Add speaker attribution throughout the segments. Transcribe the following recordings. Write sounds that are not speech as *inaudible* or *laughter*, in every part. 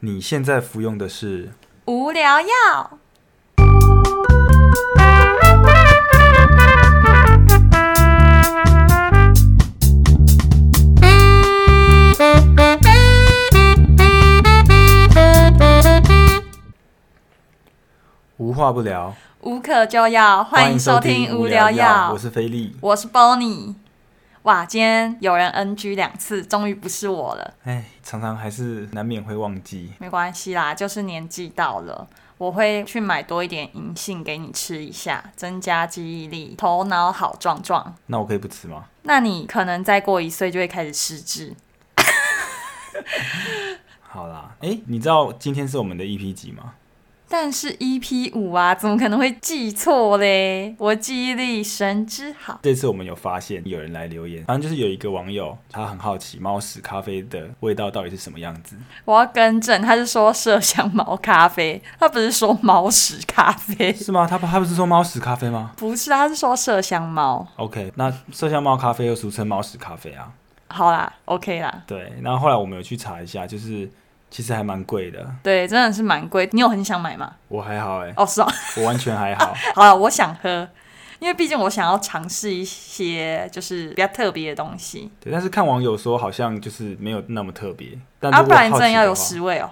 Speaker 1: 你现在服用的是
Speaker 2: 无聊药。
Speaker 1: 无话不聊，
Speaker 2: 无可救药，欢迎收听无聊药。
Speaker 1: 我是菲力。
Speaker 2: 我是 Bonnie。哇，今天有人 NG 两次，终于不是我了，
Speaker 1: 哎，常常还是难免会忘记。
Speaker 2: 没关系啦，就是年纪到了，我会去买多一点银杏给你吃一下，增加记忆力，头脑好壮壮。
Speaker 1: 那我可以不吃吗？
Speaker 2: 那你可能再过一岁就会开始失智。
Speaker 1: 好啦，哎，你知道今天是我们的 EP 几吗？
Speaker 2: 但是 EP 五啊，怎么可能会记错嘞？我记忆力神之好。
Speaker 1: 这次我们有发现有人来留言，反正就是有一个网友，他很好奇猫屎咖啡的味道到底是什么样子。
Speaker 2: 我要更正，他是说麝香猫咖啡，他不是说猫屎咖啡， *laughs*
Speaker 1: 是吗？他不他不是说猫屎咖啡吗
Speaker 2: 不是，他是说麝香猫。
Speaker 1: ？OK，那麝香猫咖啡又俗称猫屎咖啡啊。
Speaker 2: 好啦，OK 啦，
Speaker 1: 对，然后后来我们有去查一下，就是其实还蛮贵的。
Speaker 2: 对，真的是蛮贵。你有很想买吗？
Speaker 1: 我还好哎、
Speaker 2: 哦，是哦。 *laughs*
Speaker 1: 我完全还好。
Speaker 2: 好了，我想喝，因为毕竟我想要尝试一些就是比较特别的东西，
Speaker 1: 对，但是看网友说好像就是没有那么特别，但
Speaker 2: 啊，
Speaker 1: 如
Speaker 2: 不
Speaker 1: 果
Speaker 2: 然
Speaker 1: 好
Speaker 2: 真的
Speaker 1: 奇
Speaker 2: 要
Speaker 1: 的
Speaker 2: 有
Speaker 1: 话
Speaker 2: 十味哦。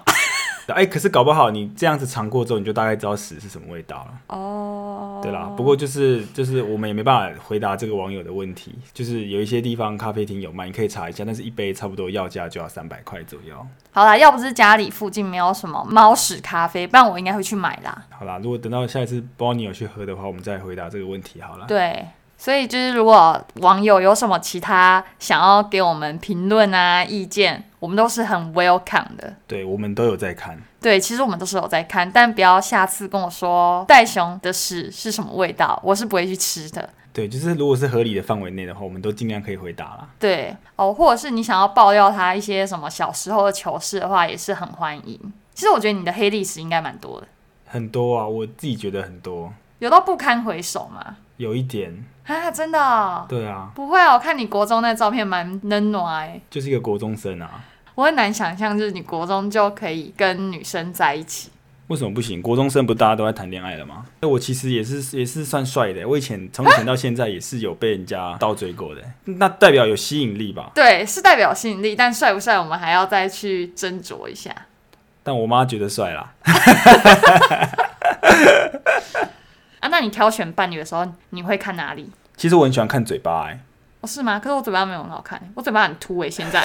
Speaker 1: 哎、可是搞不好你这样子尝过之后，你就大概知道屎是什么味道了，
Speaker 2: 哦，
Speaker 1: 对啦。不过就是就是我们也没办法回答这个网友的问题，就是有一些地方咖啡厅有卖，你可以查一下，但是一杯差不多要价就要三百块左右。
Speaker 2: 好啦，要不是家里附近没有什么猫屎咖啡，不然我应该会去买啦。
Speaker 1: 好啦，如果等到下一次 Bonnie 有去喝的话，我们再回答这个问题好了。
Speaker 2: 对，所以就是如果网友有什么其他想要给我们评论啊、意见，我们都是很 welcome 的。
Speaker 1: 对，我们都有在看。
Speaker 2: 对，其实我们都是有在看，但不要下次跟我说袋熊的屎是什么味道，我是不会去吃的。
Speaker 1: 对，就是如果是合理的范围内的话，我们都尽量可以回答啦。
Speaker 2: 对哦，或者是你想要爆料他一些什么小时候的糗事的话，也是很欢迎。其实我觉得你的黑历史应该蛮多的，
Speaker 1: 很多啊，我自己觉得很多，
Speaker 2: 有到不堪回首吗？
Speaker 1: 有一点，
Speaker 2: 啊，真的哦、
Speaker 1: 对啊，
Speaker 2: 不会哦，我看你国中那照片蛮嫩暖哎、
Speaker 1: 就是一个国中生啊。
Speaker 2: 我很难想象，就是你国中就可以跟女生在一起。
Speaker 1: 为什么不行？国中生不大家都在谈恋爱了吗？哎那我其实也是也是算帅的，我以前从以前到现在也是有被人家倒追过的，那代表有吸引力吧？
Speaker 2: 对，是代表吸引力，但帅不帅，我们还要再去斟酌一下。
Speaker 1: 但我妈觉得帅啦，
Speaker 2: 啊，那你挑选伴侣的时候，你会看哪里？
Speaker 1: 其实我很喜欢看嘴巴、欸，
Speaker 2: 哦，是吗？可是我嘴巴没有很好看，我嘴巴很凸诶、现在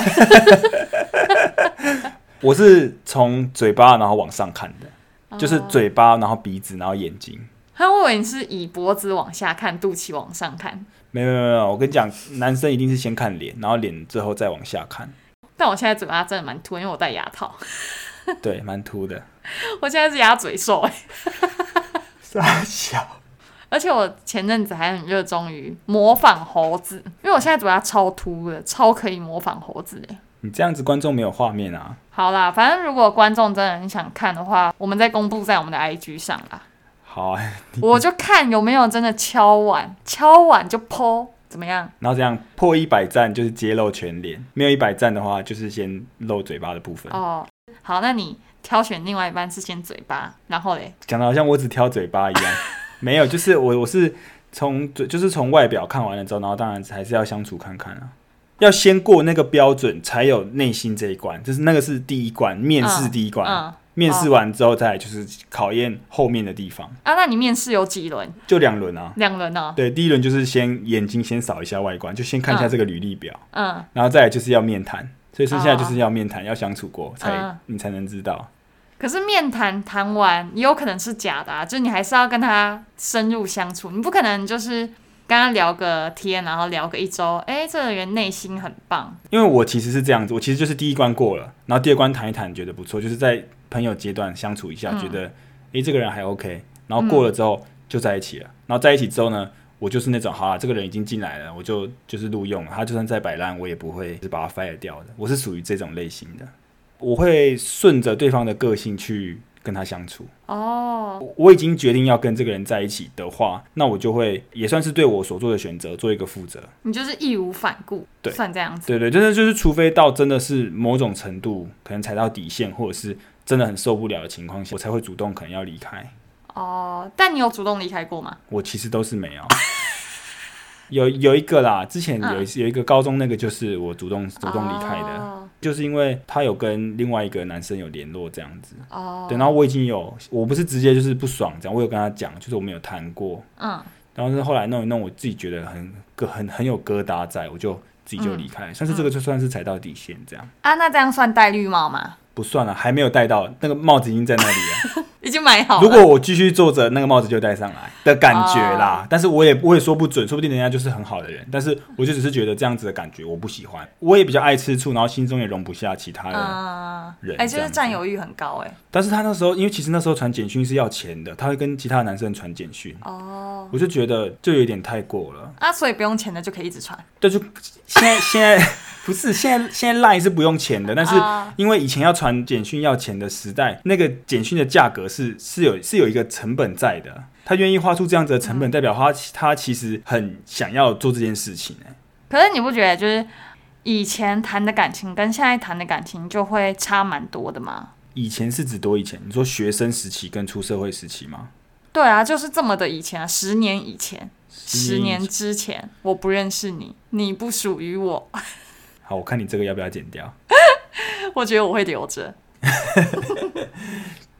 Speaker 1: 我是从嘴巴然后往上看的，就是嘴巴，然后鼻子，然后眼睛。
Speaker 2: *laughs* 他问我你是以脖子往下看，肚脐往上看，
Speaker 1: 没有没有没有，我跟你讲，男生一定是先看脸，然后脸最后再往下看，
Speaker 2: 但我现在嘴巴真的蛮凸，因为我戴牙套， *laughs*
Speaker 1: 对，蛮秃的。
Speaker 2: 我现在是鸭嘴兽诶、欸
Speaker 1: 傻小，
Speaker 2: 而且我前阵子还很热衷于模仿猴子，因为我现在嘴巴超凸的，超可以模仿猴子诶、
Speaker 1: 你这样子观众没有画面啊。
Speaker 2: 好啦，反正如果观众真的很想看的话，我们再公布在我们的 IG 上啦。
Speaker 1: 好啊，
Speaker 2: 我就看有没有真的敲碗，敲碗就剖，怎么样？
Speaker 1: 然后这样破一百赞就是揭露全脸，没有一百赞的话就是先露嘴巴的部分。
Speaker 2: 哦，好，那你挑选另外一半是先嘴巴，然后嘞，
Speaker 1: 讲的好像我只挑嘴巴一样，没有，就是我我是从嘴就是从外表看完了之后，然后当然还是要相处看看啊。要先过那个标准，才有内心这一关，就是那个是第一关，面试第一关。
Speaker 2: 嗯
Speaker 1: 面试完之后，再来就是考验后面的地方，
Speaker 2: 啊，那你面试有几轮？
Speaker 1: 就两轮啊。
Speaker 2: 两轮哦。
Speaker 1: 对，第一轮就是先眼睛先扫一下外观，就先看一下
Speaker 2: 嗯
Speaker 1: 这个履历表。
Speaker 2: 嗯，
Speaker 1: 然后再来就是要面谈，所以剩下就是要面谈，要相处过，才、
Speaker 2: 嗯
Speaker 1: 你才能知道。
Speaker 2: 可是面谈谈完也有可能是假的啊，就你还是要跟他深入相处，你不可能就是跟他聊个天，然后聊个一周，哎、这个人内心很棒，
Speaker 1: 因为我其实是这样子，我其实就是第一关过了，然后第二关谈一谈，觉得不错，就是在朋友阶段相处一下，觉得诶这个人还 OK，然后过了之后就在一起了，然后在一起之后呢，我就是那种好啦，这个人已经进来了，我就就是录用了，他就算再摆烂，我也不会就是把他 fire 掉的，我是属于这种类型的，我会顺着对方的个性去跟他相处。
Speaker 2: 哦，
Speaker 1: 我我已经决定要跟这个人在一起的话，那我就会也算是对我所做的选择做一个负责。
Speaker 2: 你就是义无反顾，
Speaker 1: 对
Speaker 2: 算这样子。
Speaker 1: 对对，真的就是，除非到真的是某种程度，可能踩到底线，或者是真的很受不了的情况下，我才会主动可能要离开。
Speaker 2: 哦，但你有主动离开过吗？
Speaker 1: 我其实都是没有。 *laughs* 有有一个啦，之前有一次有一个高中那个就是我主动主动离开的，
Speaker 2: 哦
Speaker 1: 就是因为他有跟另外一个男生有联络这样子。
Speaker 2: 哦，
Speaker 1: 对，然后我已经有，我不是直接就是不爽这样，我有跟他讲，就是我们有谈过，
Speaker 2: 嗯，
Speaker 1: 然后是后来弄一弄，我自己觉得很疙很很有疙瘩在，我就自己就离
Speaker 2: 嗯
Speaker 1: 开了，算是这个就算是踩到底线这样，
Speaker 2: 啊，那这样算戴绿帽吗？
Speaker 1: 不算了，还没有戴到那个帽子已经在那里了。
Speaker 2: 已经买好
Speaker 1: *laughs*
Speaker 2: 了。
Speaker 1: 如果我继续坐着，那个帽子就戴上来的感觉啦，
Speaker 2: 哦
Speaker 1: 但是我也我也说不准，说不定人家就是很好的人，但是我就只是觉得这样子的感觉我不喜欢，我也比较爱吃醋，然后心中也容不下其他人。
Speaker 2: 嗯，
Speaker 1: 呃人
Speaker 2: 哎、
Speaker 1: 这
Speaker 2: 就
Speaker 1: 样
Speaker 2: 是
Speaker 1: 子
Speaker 2: 占有欲很高哎、
Speaker 1: 但是他那时候，因为其实那时候传简讯是要钱的，他会跟其他男生传简讯，
Speaker 2: 哦，
Speaker 1: 我就觉得就有点太过了。
Speaker 2: 啊，所以不用钱的就可以一直传。
Speaker 1: 对，就现在现在不是现在现在 Line 是不用钱的，但是
Speaker 2: 啊
Speaker 1: 因为以前要传简讯要钱的时代，那个简讯的价格是是有是有一个成本在的。他愿意花出这样子的
Speaker 2: 嗯
Speaker 1: 成本，代表他他其实很想要做这件事情、欸。
Speaker 2: 可是你不觉得就是以前谈的感情跟现在谈的感情就会差蛮多的吗？
Speaker 1: 以前是指多以前？你说学生时期跟出社会时期吗？
Speaker 2: 对啊，就是这么的以前啊，十年以前，十
Speaker 1: 年
Speaker 2: 年
Speaker 1: 以前
Speaker 2: 之前，我不认识你，你不属于我， *laughs*
Speaker 1: 好，我看你这个要不要剪掉？
Speaker 2: 我觉得我会留着。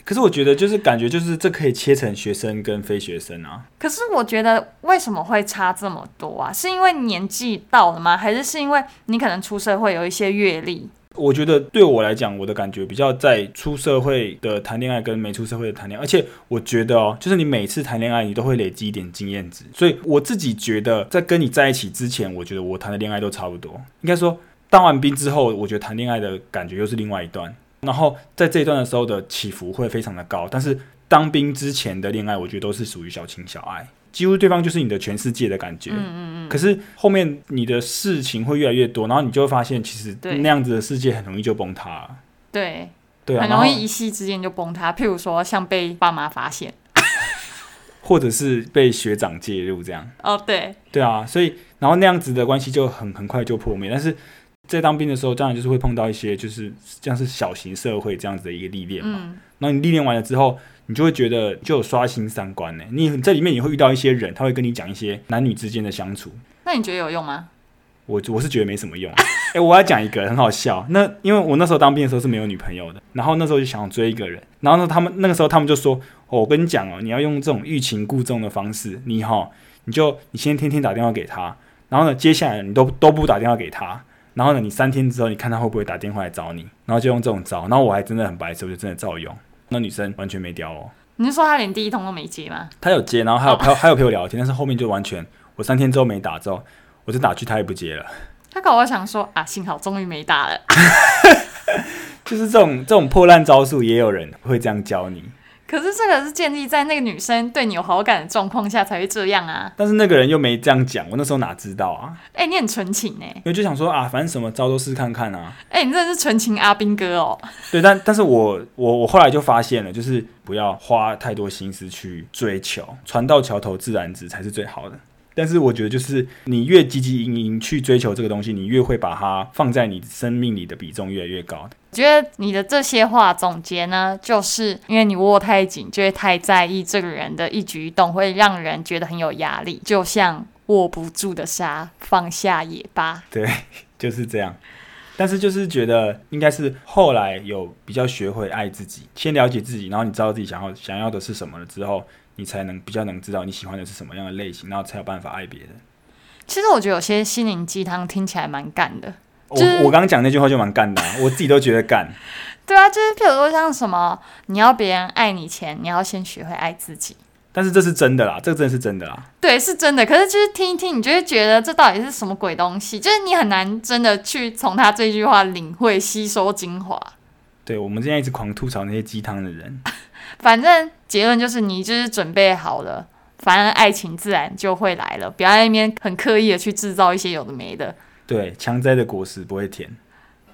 Speaker 1: 可是我觉得就是感觉就是这可以切成学生跟非学生啊。
Speaker 2: 可是我觉得为什么会差这么多啊？是因为年纪到了吗？还是是因为你可能出社会有一些阅历？
Speaker 1: 我觉得对我来讲，我的感觉比较在出社会的谈恋爱跟没出社会的谈恋爱，而且我觉得哦，就是你每次谈恋爱，你都会累积一点经验值，所以我自己觉得，在跟你在一起之前，我觉得我谈的恋爱都差不多。应该说，当完兵之后，我觉得谈恋爱的感觉又是另外一段。然后在这一段的时候的起伏会非常的高，但是当兵之前的恋爱，我觉得都是属于小情小爱，几乎对方就是你的全世界的感觉。嗯嗯嗯。可是后面你的事情会越来越多，然后你就会发现，其实
Speaker 2: 对
Speaker 1: 那样子的世界很容易就崩塌了。
Speaker 2: 对，
Speaker 1: 对啊，
Speaker 2: 很
Speaker 1: 然后
Speaker 2: 容易一夕之间就崩塌。譬如说，像被爸妈发现，
Speaker 1: 或者是被学长介入这样。
Speaker 2: 哦，对，
Speaker 1: 对啊，所以然后那样子的关系就很很快就破灭。但是在当兵的时候，当然就是会碰到一些就是像是小型社会这样子的一个历练嘛。
Speaker 2: 嗯，
Speaker 1: 然后你历练完了之后，你就会觉得就有刷新三观呢。你在里面你会遇到一些人，他会跟你讲一些男女之间的相处。
Speaker 2: 那你觉得有用吗？
Speaker 1: 我我是觉得没什么用。哎、 *laughs* 我要讲一个很好笑。那因为我那时候当兵的时候是没有女朋友的，然后那时候就想追一个人，然后呢，他们那个时候他们就说：“哦，我跟你讲哦，你要用这种欲擒故纵的方式，你哈、你就你先天天打电话给他，然后呢，接下来你都都不打电话给他，然后呢，你三天之后你看他会不会打电话来找你，然后就用这种招。然后我还真的很白痴，我就真的照用。那女生完全没屌哦，
Speaker 2: 你是说他连第一通都没接吗？
Speaker 1: 她有接，然后还有还有还有陪我聊天，但是后面就完全我三天之后没打之后，我就打去她也不接了。”
Speaker 2: 他搞我想说啊，幸好终于没打了。 *laughs*
Speaker 1: 就是这种这种破烂招数，也有人会这样教你。
Speaker 2: 可是这个是建立在那个女生对你有好感的状况下才会这样啊。
Speaker 1: 但是那个人又没这样讲，我那时候哪知道啊？
Speaker 2: 哎、你很纯情哎、
Speaker 1: 因为就想说啊，反正什么招都试看看啊。
Speaker 2: 哎、你真的是纯情阿兵哥哦。
Speaker 1: 对，但但是我我我后来就发现了，就是不要花太多心思去追求，船到桥头自然直才是最好的。但是我觉得，就是你越积极营营去追求这个东西，你越会把它放在你生命里的比重越来越高。
Speaker 2: 觉得你的这些话总结呢，就是因为你握太紧，就会太在意这个人的一举一动，会让人觉得很有压力。就像握不住的沙，放下也罢。
Speaker 1: 就是这样。但是就是觉得应该是后来有比较学会爱自己，先了解自己，然后你知道自己想要想要的是什么了之后，你才能比较能知道你喜欢的是什么样的类型，然后才有办法爱别人。
Speaker 2: 其实我觉得有些心灵鸡汤听起来蛮干的。
Speaker 1: 我
Speaker 2: 就是
Speaker 1: 我刚刚讲那句话就蛮干的啊、我自己都觉得干。
Speaker 2: 对啊，就是譬如说像什么，你要别人爱你前，你要先学会爱自己。
Speaker 1: 但是这是真的啦，这个真的是真的啦。
Speaker 2: 对，是真的。可是就是听一听，你就会觉得这到底是什么鬼东西？就是你很难真的去从他这句话领会、吸收精华。
Speaker 1: 对我们现在一直狂吐槽那些鸡汤的人，
Speaker 2: 反正结论就是，你就是准备好了，反正爱情自然就会来了。不要在那边很刻意的去制造一些有的没的，
Speaker 1: 对，强摘的果实不会甜。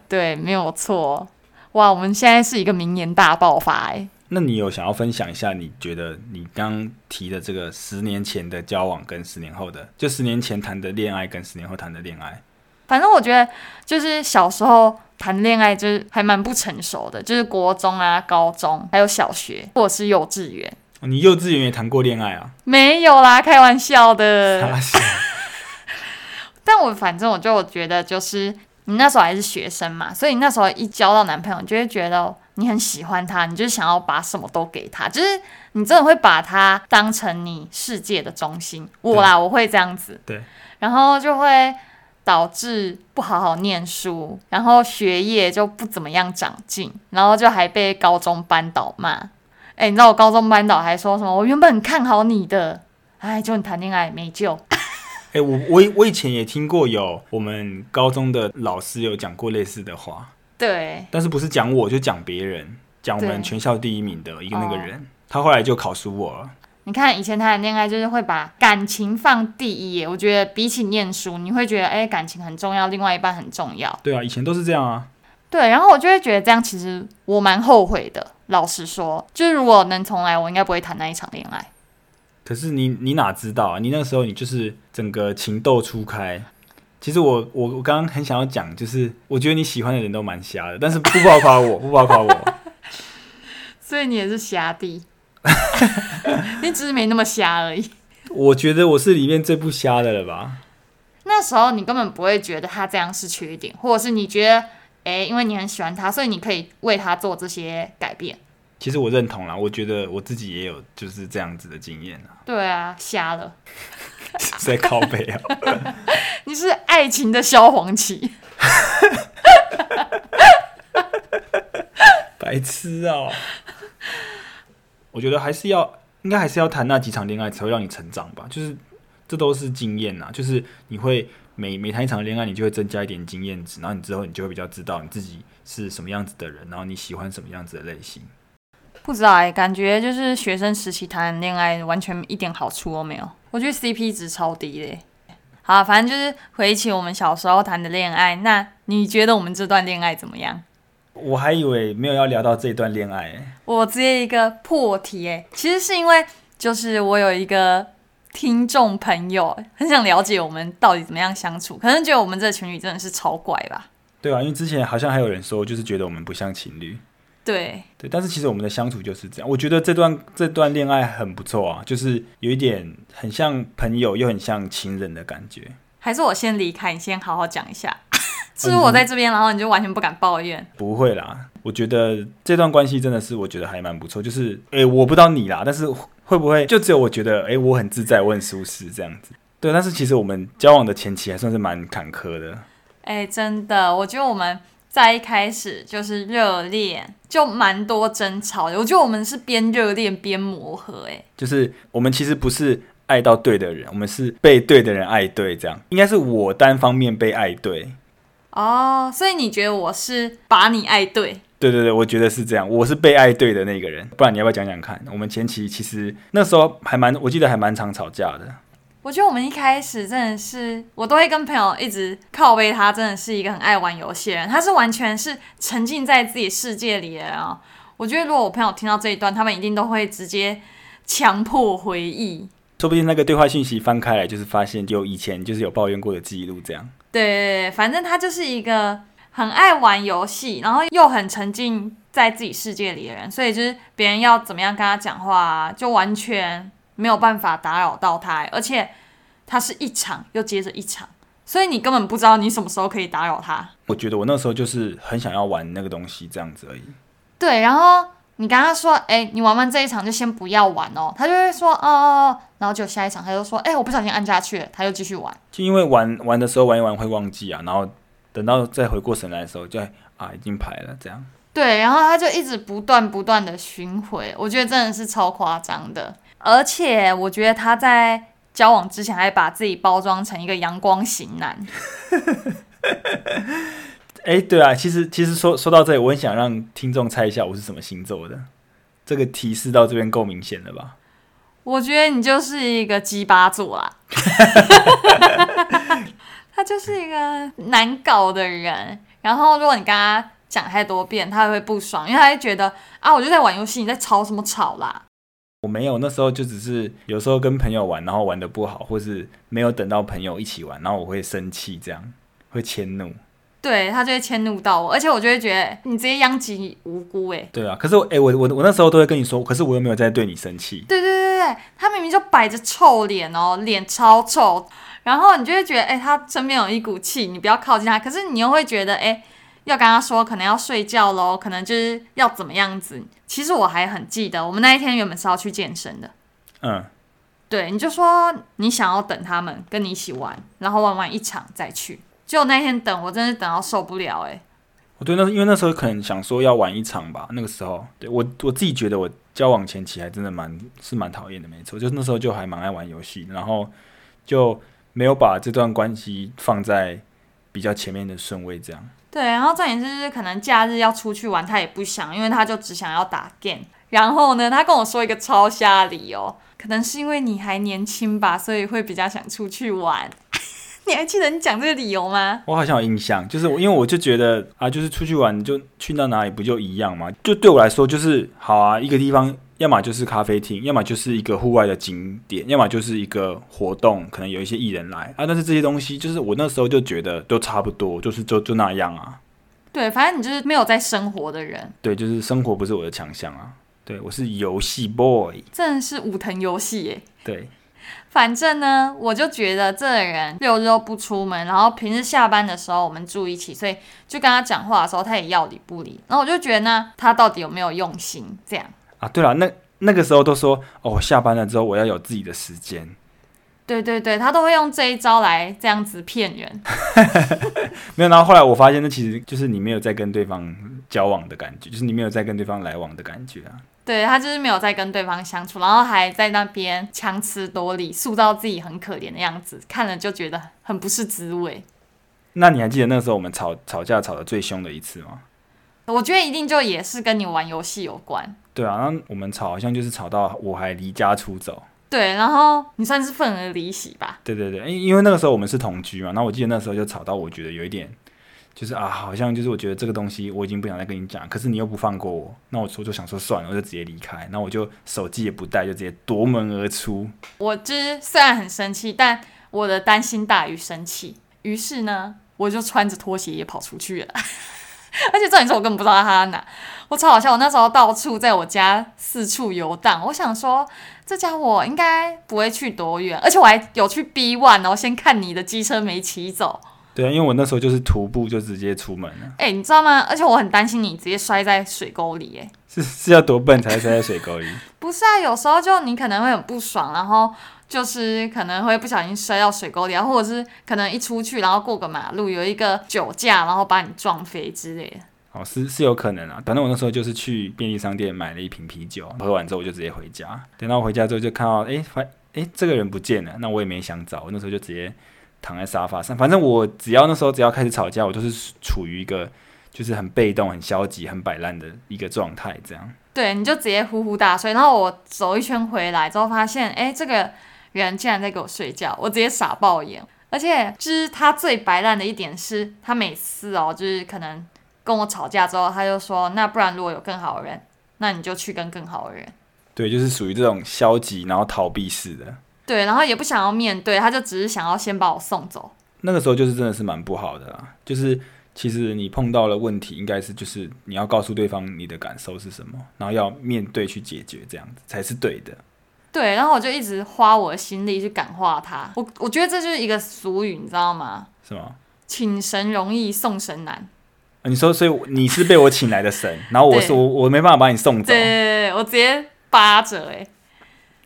Speaker 2: 对，没有错。哇，我们现在是一个名言大爆发哎、
Speaker 1: 那你有想要分享一下，你觉得你刚提的这个十年前的交往跟十年后的，就十年前谈的恋爱跟十年后谈的恋爱，
Speaker 2: 反正我觉得就是小时候谈恋爱就是还蛮不成熟的，就是国中啊、高中还有小学或者是幼稚园，
Speaker 1: 哦你幼稚园也谈过恋爱啊？
Speaker 2: 没有啦，开玩笑的。
Speaker 1: 傻笑
Speaker 2: 但我反正我就觉得就是你那时候还是学生嘛，所以你那时候一交到男朋友，你就会觉得你很喜欢他，你就想要把什么都给他，就是你真的会把他当成你世界的中心。我啦，我会这样子。
Speaker 1: 对。
Speaker 2: 然后就会导致不好好念书，然后学业就不怎么样长进，然后就还被高中班导骂。哎、你知道我高中班导还说什么？我原本很看好你的，哎，就你谈恋爱没救。
Speaker 1: *laughs* 哎、我我我以前也听过有我们高中的老师有讲过类似的话，
Speaker 2: 对，
Speaker 1: 但是不是讲我就讲别人，讲我们
Speaker 2: 对
Speaker 1: 全校第一名的一个那个
Speaker 2: 哦
Speaker 1: 人，他后来就考输我了。
Speaker 2: 你看以前谈恋爱就是会把感情放第一耶，我觉得比起念书，你会觉得哎、感情很重要，另外一半很重要。
Speaker 1: 对啊，以前都是这样啊。
Speaker 2: 对，然后我就会觉得这样其实我蛮后悔的。老实说，就是如果能重来，我应该不会谈那一场恋爱。
Speaker 1: 可是你你哪知道啊？你那时候你就是整个情窦初开。其实我我我刚刚很想要讲，就是我觉得你喜欢的人都蛮瞎的，但是不包括我，不包括我。
Speaker 2: 所以你也是瞎 *laughs* 弟，你只是没那么瞎而已。
Speaker 1: 我觉得我是里面最不瞎的了吧？
Speaker 2: 那时候你根本不会觉得他这样是缺点，或者是你觉得，诶，因为你很喜欢他，所以你可以为他做这些改变。
Speaker 1: 其实我认同啦，我觉得我自己也有就是这样子的经验啊， *laughs*
Speaker 2: 对啊，瞎了，
Speaker 1: 是在靠背啊。
Speaker 2: 你是爱情的萧煌奇。
Speaker 1: 白痴哦、我觉得还是要，应该还是要谈那几场恋爱才会让你成长吧。就是这都是经验呐，就是你会每每谈一场恋爱，你就会增加一点经验值，然后你之后你就会比较知道你自己是什么样子的人，然后你喜欢什么样子的类型。
Speaker 2: 不知道哎、感觉就是学生时期谈恋爱完全一点好处都没有，我觉得 CP 值超低嘞、好啊，反正就是回忆起我们小时候谈的恋爱。那你觉得我们这段恋爱怎么样？
Speaker 1: 我还以为没有要聊到这一段恋爱欸、
Speaker 2: 我直接一个破题诶，其实是因为就是我有一个听众朋友很想了解我们到底怎么样相处，可能觉得我们这情侣真的是超怪吧？
Speaker 1: 对啊，因为之前好像还有人说，就是觉得我们不像情侣。
Speaker 2: 对，
Speaker 1: 对，但是其实我们的相处就是这样。我觉得这段这段恋爱很不错啊，就是有一点很像朋友，又很像情人的感觉。
Speaker 2: 还是我先离开，你先好好讲一下。 *laughs* 是不是我在这边，然后你就完全不敢抱怨？
Speaker 1: 不会啦，我觉得这段关系真的是我觉得还蛮不错。就是，诶、我不知道你啦，但是会不会就只有我觉得，诶、我很自在，我很舒适这样子？对，但是其实我们交往的前期还算是蛮坎坷的。
Speaker 2: 哎、真的，我觉得我们在一开始就是热恋，就蛮多争吵的。我觉得我们是边热恋边磨合、哎，
Speaker 1: 就是我们其实不是爱到对的人，我们是被对的人爱对，这样应该是我单方面被爱对。
Speaker 2: 哦，所以你觉得我是把你爱对？
Speaker 1: 对对对，我觉得是这样，我是被爱对的那个人。不然你要不要讲讲看？我们前期其实那时候还蛮，我记得还蛮常吵架的。
Speaker 2: 我觉得我们一开始真的是，我都会跟朋友一直靠背他，真的是一个很爱玩游戏的人，他是完全是沉浸在自己世界里的人哦。我觉得如果我朋友听到这一段，他们一定都会直接强迫回忆。
Speaker 1: 说不定那个对话信息翻开来，就是发现有以前就是有抱怨过的记录这样。
Speaker 2: 对对对，反正他就是一个很爱玩游戏，然后又很沉浸在自己世界里的人，所以就是别人要怎么样跟他讲话啊，就完全没有办法打扰到他，而且他是一场又接着一场，所以你根本不知道你什么时候可以打扰他。
Speaker 1: 我觉得我那时候就是很想要玩那个东西这样子而已。
Speaker 2: 对，然后你跟他说，哎、你玩完这一场就先不要玩哦，他就会说，哦哦，哦然后就下一场他就说，哎、我不小心按下去了，他就继续玩。
Speaker 1: 就因为玩玩的时候玩一玩会忘记啊，然后等到再回过神来的时候就，啊已经排了这样。
Speaker 2: 对，然后他就一直不断不断的巡回，我觉得真的是超夸张的。而且我觉得他在交往之前还把自己包装成一个阳光型男，
Speaker 1: 哎，对啊，其实其实说说到这里，我很想让听众猜一下我是什么星座的。这个提示到这边够明显了吧？
Speaker 2: 我觉得你就是一个鸡巴座啦。他就是一个难搞的人，然后如果你跟他讲太多遍，他会不爽，因为他会觉得啊，我就在玩游戏，你在吵什么吵啦？
Speaker 1: 我没有，那时候就只是有时候跟朋友玩，然后玩的不好，或是没有等到朋友一起玩，然后我会生气，这样会迁怒。
Speaker 2: 对他就会迁怒到我，而且我就会觉得你直接殃及无辜哎、
Speaker 1: 对啊，可是我哎、我我我那时候都会跟你说，可是我又没有在对你生气。
Speaker 2: 对对对对，对他明明就摆着臭脸哦，脸超臭，然后你就会觉得，哎、他身边有一股气，你不要靠近他。可是你又会觉得，哎、要跟他说可能要睡觉喽，可能就是要怎么样子。其实我还很记得，我们那一天原本是要去健身的，
Speaker 1: 嗯，
Speaker 2: 对，你就说你想要等他们跟你一起玩，然后玩完一场再去。结果那天等我真是等到受不了、哎，
Speaker 1: 我对那因为那时候可能想说要玩一场吧，那个时候对我我自己觉得我交往前期还真的蛮是蛮讨厌的，没错，就是那时候就还蛮爱玩游戏，然后就没有把这段关系放在比较前面的顺位，这样。
Speaker 2: 对，然后重点是可能假日要出去玩，他也不想，因为他就只想要打 game。然后呢，他跟我说一个超瞎理由，可能是因为你还年轻吧，所以会比较想出去玩。 *laughs* 你还记得你讲这个理由吗？
Speaker 1: 我好像有印象，就是我因为我就觉得啊，就是出去玩就去到哪里不就一样嘛？就对我来说就是好啊，一个地方要么就是咖啡厅，要么就是一个户外的景点，要么就是一个活动，可能有一些艺人来啊。但是这些东西就是我那时候就觉得都差不多，就是就就那样啊。
Speaker 2: 对，反正你就是没有在生活的人，
Speaker 1: 对，就是生活不是我的强项啊。对我是游戏 boy，
Speaker 2: 真的是武藤游戏耶。
Speaker 1: 对，
Speaker 2: 反正呢，我就觉得这个人六日都不出门，然后平日下班的时候我们住一起，所以就跟他讲话的时候他也要理不理。然后我就觉得呢，他到底有没有用心？这样，
Speaker 1: 啊，对了，那那个时候都说哦，下班了之后我要有自己的时间，
Speaker 2: 对对对，他都会用这一招来这样子骗人。 *laughs*
Speaker 1: 没有，然后后来我发现，那其实就是你没有在跟对方交往的感觉，就是你没有在跟对方来往的感觉啊。
Speaker 2: 对他就是没有在跟对方相处，然后还在那边强词夺理，塑造自己很可怜的样子，看了就觉得很不是滋味。
Speaker 1: 那你还记得那时候我们吵吵架吵得最凶的一次吗？
Speaker 2: 我觉得一定就也是跟你玩游戏有关。
Speaker 1: 对啊，然后我们吵好像就是吵到我还离家出走。
Speaker 2: 对，然后你算是愤而离席吧。
Speaker 1: 对对对，因因为那个时候我们是同居嘛，然后我记得那时候就吵到我觉得有一点，就是啊，好像就是我觉得这个东西我已经不想再跟你讲，可是你又不放过我，那我说就想说算了，我就直接离开，那我就手机也不带，就直接夺门而出。
Speaker 2: 我就是虽然很生气，但我的担心大于生气，于是呢，我就穿着拖鞋也跑出去了。 *laughs* 而且重点是我根本不知道他在哪，我超好笑。我那时候到处在我家四处游荡，我想说这家我应该不会去多远，而且我还有去 B one，然后先看你的机车没骑走。
Speaker 1: 对啊，因为我那时候就是徒步就直接出门了，
Speaker 2: 哎、你知道吗？而且我很担心你直接摔在水沟里、哎，
Speaker 1: 是是要多笨才会摔在水沟里。
Speaker 2: 不是啊，有时候就你可能会很不爽，然后就是可能会不小心摔到水沟里啊，或者是可能一出去然后过个马路有一个酒驾，然后把你撞飞之类的。
Speaker 1: 哦，是是有可能啊。反正我那时候就是去便利商店买了一瓶啤酒，喝完之后我就直接回家。等到我回家之后就看到，诶，发诶，这个人不见了，那我也没想找，我那时候就直接躺在沙发上。反正我只要那时候只要开始吵架，我就是处于一个就是很被动、很消极、很摆烂的一个状态，这样。
Speaker 2: 对，你就直接呼呼大睡。然后我走一圈回来之后，发现哎，这个人竟然在给我睡觉，我直接傻爆眼。而且就是他最白烂的一点是，他每次哦，就是可能跟我吵架之后，他就说，那不然如果有更好的人，那你就去跟更好的人。
Speaker 1: 对，就是属于这种消极然后逃避式的。
Speaker 2: 对，然后也不想要面对，他就只是想要先把我送走。
Speaker 1: 那个时候就是真的是蛮不好的啦，就是其实你碰到了问题，应该是就是你要告诉对方你的感受是什么，然后要面对去解决，这样子才是对的。
Speaker 2: 对，然后我就一直花我的心力去感化他。我我觉得这就是一个俗语，你知道吗？
Speaker 1: 是吗？
Speaker 2: 请神容易送神难。
Speaker 1: 啊你说，所以我你是被我请来的神，然后我是
Speaker 2: 对
Speaker 1: 我我没办法把你送走
Speaker 2: 对对，对，对我直接扒着哎、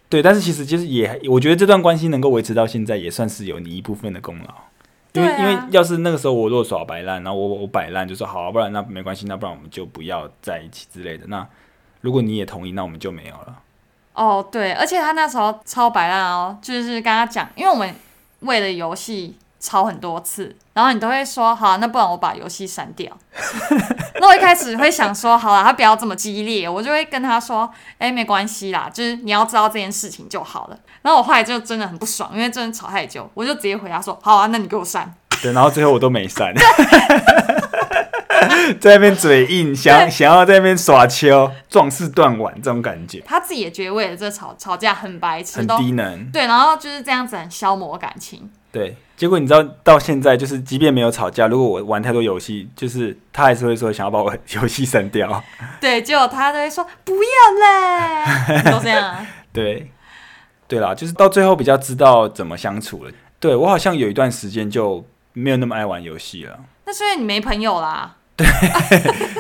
Speaker 1: 对，但是其实就是也，我觉得这段关系能够维持到现在，也算是有你一部分的功劳。因为、
Speaker 2: 对啊
Speaker 1: 因为要是那个时候我若耍摆烂，然后我我摆烂就说好、啊，不然那没关系，那不然我们就不要在一起之类的。那如果你也同意，那我们就没有了。
Speaker 2: 哦，对，而且他那时候超白烂哦，就是跟他讲，因为我们为了游戏吵很多次，然后你都会说好，啊那不然我把游戏删
Speaker 1: *laughs*
Speaker 2: 掉。那我一开始会想说，好啦，啊他不要这么激烈，我就会跟他说，哎，没关系啦，就是你要知道这件事情就好了。然后我后来就真的很不爽，因为真的吵太久，我就直接回他说，好啊，那你给我删。
Speaker 1: 对，然后最后我都没删。在那边嘴硬，想想要在那边耍秋，壮士断腕这种感觉，
Speaker 2: 他自己也觉得为了这吵吵架很白痴，
Speaker 1: 很
Speaker 2: 都
Speaker 1: 低能。
Speaker 2: 对，然后就是这样子很消磨感情。
Speaker 1: 对，结果你知道到现在，就是即便没有吵架，如果我玩太多游戏，就是他还是会说想要把我 *laughs* 游戏删掉。
Speaker 2: *laughs* 对，结果他都会说不要嘞，都这样啊。
Speaker 1: 对，对啦，就是到最后比较知道怎么相处了。对我好像有一段时间就没有那么爱玩游戏了。
Speaker 2: 那所以你没朋友啦，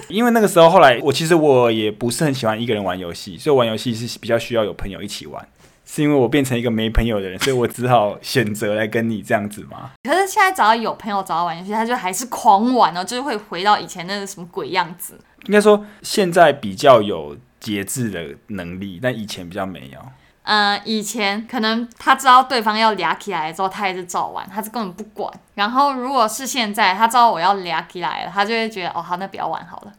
Speaker 1: 因为那个时候，后来我其实我也不是很喜欢一个人玩游戏，所以玩游戏是比较需要有朋友一起玩。是因为我变成一个没朋友的人，所以我只好选择来跟你这样子嘛。
Speaker 2: 可是现在只要有朋友找他玩游戏，他就还是狂玩哦，就是会回到以前那个什么鬼样子。
Speaker 1: 应该说现在比较有节制的能力，但以前比较没有。
Speaker 2: 嗯，以前可能他知道对方要俩起来之后，他还是照玩，他是根本不管。然后如果是现在，他知道我要俩起来了，他就会觉得哦，好，那不要玩好了。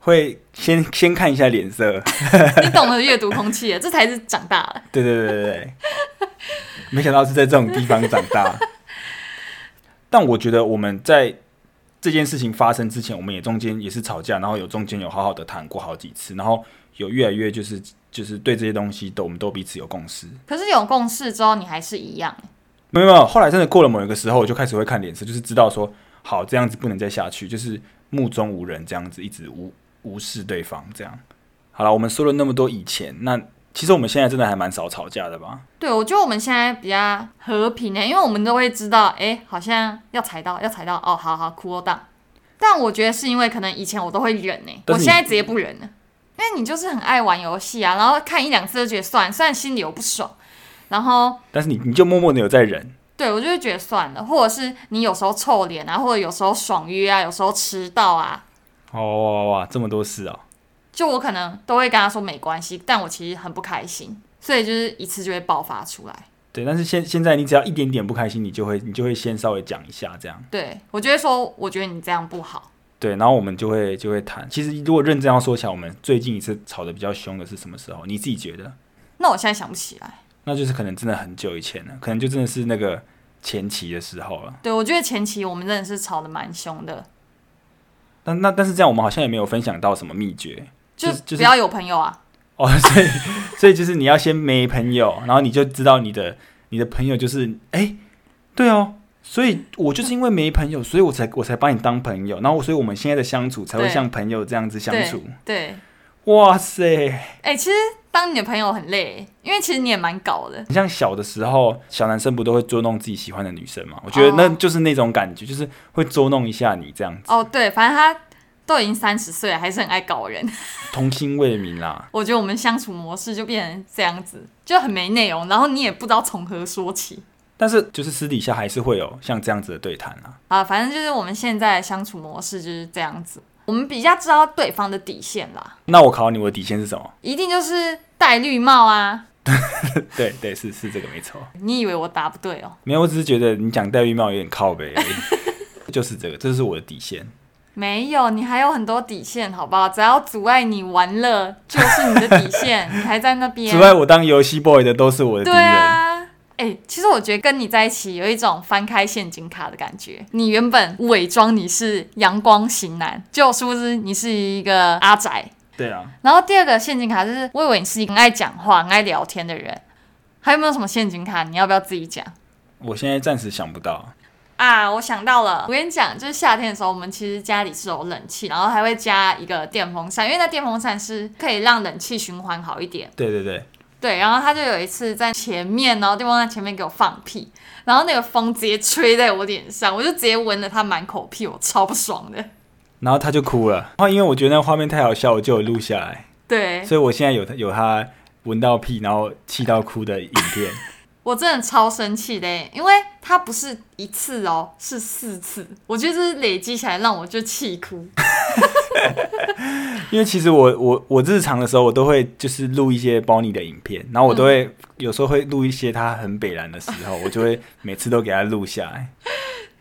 Speaker 1: 会先先看一下脸色，
Speaker 2: 你懂得阅读空气了，这才是长大了。
Speaker 1: 对对对对对，没想到是在这种地方长大。 *laughs* 但我觉得我们在这件事情发生之前，我们也中间也是吵架，然后有中间有好好的谈过好几次，然后有越来越就是就是对这些东西都我们都彼此有共识。
Speaker 2: 可是有共识之后，你还是一样。
Speaker 1: 没有没有，后来真的过了某一个时候，我就开始会看脸色，就是知道说好这样子不能再下去，就是目中无人这样子，一直无无视对方这样。好了，我们说了那么多以前，那其实我们现在真的还蛮少吵架的吧？
Speaker 2: 对，我觉得我们现在比较和平呢、因为我们都会知道，哎、好像要踩到，要踩到，哦，好好，cool down。但我觉得是因为可能以前我都会忍呢、
Speaker 1: 但
Speaker 2: 我
Speaker 1: 是你
Speaker 2: 现在直接不忍了，因为你就是很爱玩游戏啊，然后看一两次就觉得算，虽然心里有不爽，然后
Speaker 1: 但是你你就默默的有在忍，
Speaker 2: 对我就会觉得算了，或者是你有时候臭脸啊，或者有时候爽约啊，有时候迟到啊，
Speaker 1: 哦哇哇哇，这么多事哦。
Speaker 2: 就我可能都会跟他说没关系，但我其实很不开心，所以就是一次就会爆发出来。
Speaker 1: 对，但是现现在你只要一点点不开心，你就会你就会先稍微讲一下这样，
Speaker 2: 对我就会说，我觉得你这样不好。
Speaker 1: 对，然后我们就会就会谈。其实如果认真要说起来，我们最近一次吵得比较凶的是什么时候？你自己觉得？
Speaker 2: 那我现在想不起来。
Speaker 1: 那就是可能真的很久以前了，可能就真的是那个前期的时候了。
Speaker 2: 对，我觉得前期我们真的是吵得蛮凶的，
Speaker 1: 但那但是这样，我们好像也没有分享到什么秘诀
Speaker 2: 就
Speaker 1: 就是就是
Speaker 2: 不要有朋友啊。
Speaker 1: 哦，所以所以就是你要先没朋友，然后你就知道你的你的朋友就是哎、对哦，所以我就是因为没朋友，所以我才我才把你当朋友，然后所以我们现在的相处才会
Speaker 2: 对
Speaker 1: 像朋友这样子相处。
Speaker 2: 对，
Speaker 1: 哇塞，
Speaker 2: 哎、其实当你的朋友很累，因为其实你也蛮搞的。
Speaker 1: 你像小的时候，小男生不都会捉弄自己喜欢的女生嘛？我觉得
Speaker 2: 哦
Speaker 1: 那就是那种感觉，就是会捉弄一下你这样子，
Speaker 2: 哦，对，反正他都已经三十岁了，还是很爱搞人。 *laughs*
Speaker 1: 童心未泯啦。
Speaker 2: 我觉得我们相处模式就变成这样子，就很没内容，然后你也不知道从何说起。
Speaker 1: 但是就是私底下还是会有像这样子的对谈啊。
Speaker 2: 啊，反正就是我们现在的相处模式就是这样子，我们比较知道对方的底线啦，
Speaker 1: 那我考你，我的底线是什么？
Speaker 2: 一定就是戴绿帽啊。
Speaker 1: 对对，是是这个没错。
Speaker 2: 你以为我答不对哦？
Speaker 1: 没有，我只是觉得你讲戴绿帽有点靠背而已。
Speaker 2: *laughs*
Speaker 1: 就是这个，这是我的底线。
Speaker 2: 没有，你还有很多底线，好不好？只要阻碍你玩乐，就是你的底
Speaker 1: *laughs*
Speaker 2: 线，你还在那边。
Speaker 1: 除外，我当游戏 boy 的都是我的敌
Speaker 2: 对
Speaker 1: 人。
Speaker 2: 啊，哎、其实我觉得跟你在一起有一种翻开陷阱卡的感觉。你原本伪装你是阳光型男，就殊不知你是一个阿宅。
Speaker 1: 对啊，
Speaker 2: 然后第二个陷阱卡就是，我以为你是一个很爱讲话、很爱聊天的人。还有没有什么陷阱卡？你要不要自己讲？
Speaker 1: 我现在暂时想不到。
Speaker 2: 啊，我想到了，我跟你讲，就是夏天的时候，我们其实家里是有冷气，然后还会加一个电风扇，因为那电风扇是可以让冷气循环好一点。
Speaker 1: 对对对，
Speaker 2: 对，然后他就有一次在前面，然后电风扇前面给我放屁，然后那个风直接吹在我脸上，我就直接闻了他满口屁，我超不爽的。
Speaker 1: 然后他就哭了。然后因为我觉得那个画面太好笑，我就有录下来，
Speaker 2: 对
Speaker 1: 所以我现在有有他闻到屁，然后气到哭的影片。
Speaker 2: 我真的超生气的耶，因为他不是一次哦，是四次，我觉得这是累积起来让我就气哭。
Speaker 1: 因为其实我我我日常的时候，我都会就是录一些 Bonnie 的影片，然后我都会、有时候会录一些他很北然的时候， *laughs* 我就会每次都给他录下来。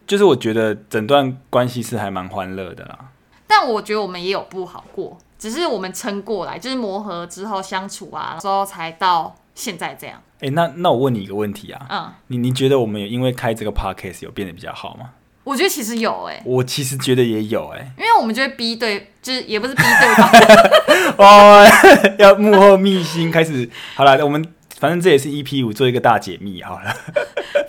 Speaker 1: 就是我觉得整段关系是还蛮欢乐的啦。
Speaker 2: 但我觉得我们也有不好过，只是我们撑过来，就是磨合之后相处啊，之后才到现在这样。
Speaker 1: 诶，那那我问你一个问题啊，
Speaker 2: 嗯，
Speaker 1: 你你觉得我们有因为开这个 podcast 有变得比较好吗？
Speaker 2: 我觉得其实有哎、
Speaker 1: 我其实觉得也有
Speaker 2: *laughs*
Speaker 1: 哎、
Speaker 2: 因为我们就会逼对，就是也不是逼对方，
Speaker 1: 哦， *laughs* 要幕后秘辛开始。好了，我们反正这也是 EP 五做一个大解密好了。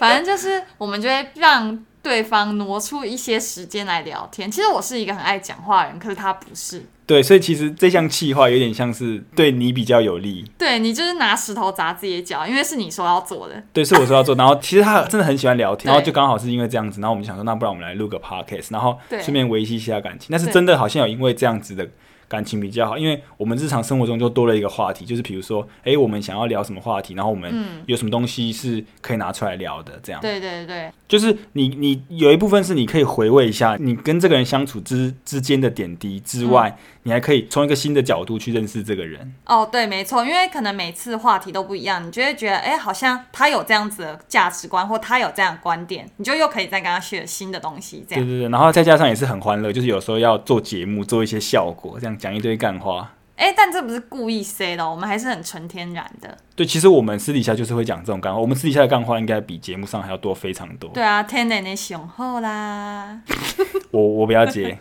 Speaker 2: 反正就是我们就会让对方挪出一些时间来聊天。其实我是一个很爱讲话的人，可是他不是。
Speaker 1: 对，所以其实这项计划有点像是对你比较有利，
Speaker 2: 对你就是拿石头砸自己的脚，因为是你说要做的。
Speaker 1: 对，是我说要
Speaker 2: *laughs*
Speaker 1: 做。然后其实他真的很喜欢聊天，
Speaker 2: 对
Speaker 1: 然后就刚好是因为这样子，然后我们就想说，那不然我们来录个 podcast，然后
Speaker 2: 对
Speaker 1: 顺便维系一下感情。但是
Speaker 2: 对
Speaker 1: 真的好像有因为这样子的感情比较好，因为我们日常生活中就多了一个话题，就是比如说，哎，我们想要聊什么话题，然后我们
Speaker 2: 嗯，
Speaker 1: 有什么东西是可以拿出来聊的，这样。
Speaker 2: 对对对
Speaker 1: 就是你你有一部分是你可以回味一下你跟这个人相处之之间的点滴之外，
Speaker 2: 嗯
Speaker 1: 你还可以从一个新的角度去认识这个人。
Speaker 2: 哦，对，没错，因为可能每次话题都不一样，你就会觉得，哎，好像他有这样子的价值观，或他有这样的观点，你就又可以再跟他学新的东西，这
Speaker 1: 对
Speaker 2: 样。
Speaker 1: 对对，然后再加上也是很欢乐，就是有时候要做节目做一些效果，这样讲一堆干话。
Speaker 2: 哎，但这不是故意塞的哦，我们还是很纯天然的。
Speaker 1: 对，其实我们私底下就是会讲这种干话，我们私底下的干话应该比节目上还要多非常多。
Speaker 2: 对啊，天然的雄厚啦。
Speaker 1: 我我不要接，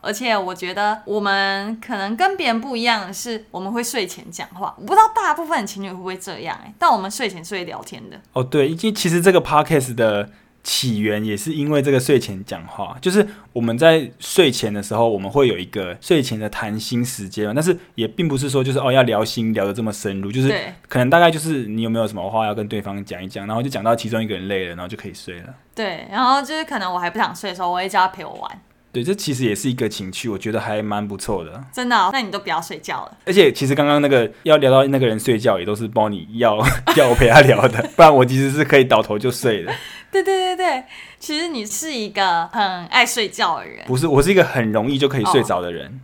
Speaker 2: 而且我觉得我们可能跟别人不一样的是，我们会睡前讲话。我不知道大部分的情侣会不会这样、欸，但我们睡前是会聊天的。
Speaker 1: 哦，对，因为其实这个 podcast 的起源也是因为这个睡前讲话，就是我们在睡前的时候，我们会有一个睡前的谈心时间嘛，但是也并不是说就是哦要聊心聊得这么深入，就是
Speaker 2: 对
Speaker 1: 可能大概就是你有没有什么话要跟对方讲一讲，然后就讲到其中一个人累了，然后就可以睡了。
Speaker 2: 对，然后就是可能我还不想睡的时候，我会叫他陪我玩。
Speaker 1: 对，这其实也是一个情趣，我觉得还蛮不错的。
Speaker 2: 真的哦、那你都不要睡觉了。
Speaker 1: 而且其实刚刚那个要聊到那个人睡觉，也都是包你要要我陪他聊的，不然我其实是可以倒头就睡的。
Speaker 2: 对对对对，其实你是一个很爱睡觉的人
Speaker 1: 不是，我是一个很容易就可以睡着的人。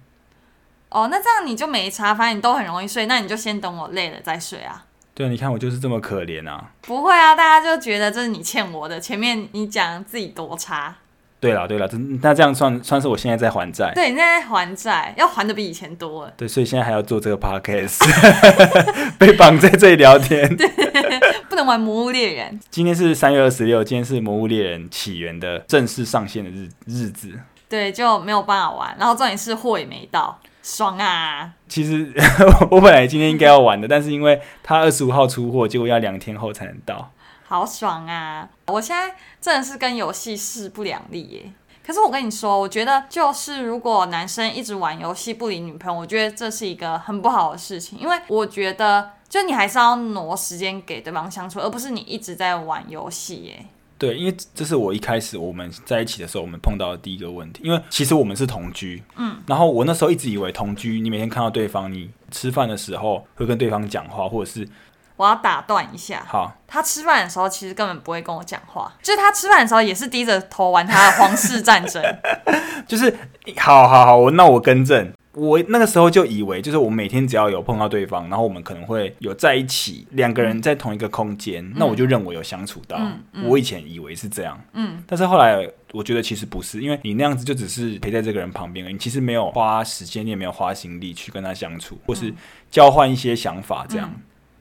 Speaker 2: 哦。那这样你就没差，反正你都很容易睡，那你就先等我累了再睡啊。
Speaker 1: 对，你看我就是这么可怜啊！
Speaker 2: 不会啊，大家就觉得这是你欠我的。前面你讲自己多差，
Speaker 1: 对了对了，真那这样算算是我现在在还债。
Speaker 2: 对，你现在还债要还的比以前多了。
Speaker 1: 对，所以现在还要做这个 podcast，被绑在这里聊天。
Speaker 2: 不能玩《魔物猎人》。
Speaker 1: 今天是三月二十六，今天是《魔物猎人》起源的正式上线的日日子。
Speaker 2: 对，就没有办法玩。然后重点是货也没到，爽啊！
Speaker 1: 其实 *laughs* 我本来今天应该要玩的，但是因为它二十五号出货，结果要两天后才能到。
Speaker 2: 好爽啊！我现在真的是跟游戏势不两立耶。可是我跟你说，我觉得就是如果男生一直玩游戏不理女朋友，我觉得这是一个很不好的事情，因为我觉得就你还是要挪时间给对方相处，而不是你一直在玩游戏耶。
Speaker 1: 对，因为这是我一开始我们在一起的时候，我们碰到的第一个问题。因为其实我们是同居，嗯，然后我那时候一直以为同居，你每天看到对方，你吃饭的时候会跟对方讲话，或者是
Speaker 2: 我要打断一下，
Speaker 1: 好，
Speaker 2: 他吃饭的时候其实根本不会跟我讲话，就是他吃饭的时候也是低着头玩他的皇室战争。
Speaker 1: 就是好好好，我那我更正，我那个时候就以为，就是我每天只要有碰到对方，然后我们可能会有在一起，两个人在同一个空间，那我就认为有相处到。
Speaker 2: 嗯嗯
Speaker 1: 我以前以为是这样，
Speaker 2: 嗯，
Speaker 1: 但是后来我觉得其实不是，因为你那样子就只是陪在这个人旁边而已，你其实没有花时间，你也没有花心力去跟他相处，或
Speaker 2: 嗯
Speaker 1: 是交换一些想法这样。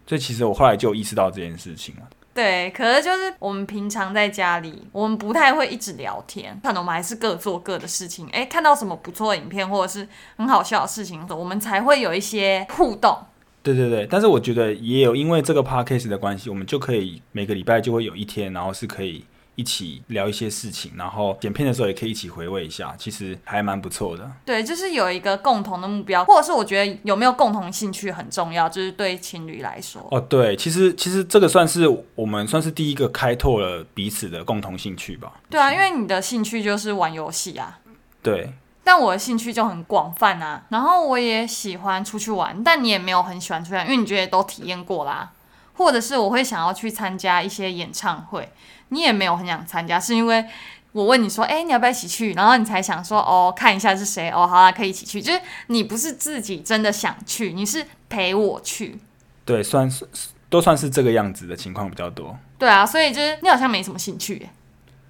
Speaker 1: 所以其实我后来就意识到这件事情了。
Speaker 2: 对，可是就是我们平常在家里，我们不太会一直聊天，可能我们还是各做各的事情。哎，看到什么不错的影片或者是很好笑的事情，我们才会有一些互动。
Speaker 1: 对对对，但是我觉得也有因为这个 podcast 的关系，我们就可以每个礼拜就会有一天，然后是可以一起聊一些事情，然后剪片的时候也可以一起回味一下，其实还蛮不错的。
Speaker 2: 对，就是有一个共同的目标，或者是我觉得有没有共同兴趣很重要，就是对情侣来说。
Speaker 1: 哦，对，其实其实这个算是我们算是第一个开拓了彼此的共同兴趣吧。
Speaker 2: 对啊，因为你的兴趣就是玩游戏啊，
Speaker 1: 对，
Speaker 2: 但我的兴趣就很广泛啊。然后我也喜欢出去玩，但你也没有很喜欢出去玩，因为你觉得都体验过啦。或者是我会想要去参加一些演唱会，你也没有很想参加，是因为我问你说，哎、你要不要一起去？然后你才想说，哦，看一下是谁，哦，好啦，可以一起去。就是你不是自己真的想去，你是陪我去。
Speaker 1: 对，算是都算是这个样子的情况比较多。
Speaker 2: 对啊，所以就是你好像没什么兴趣耶、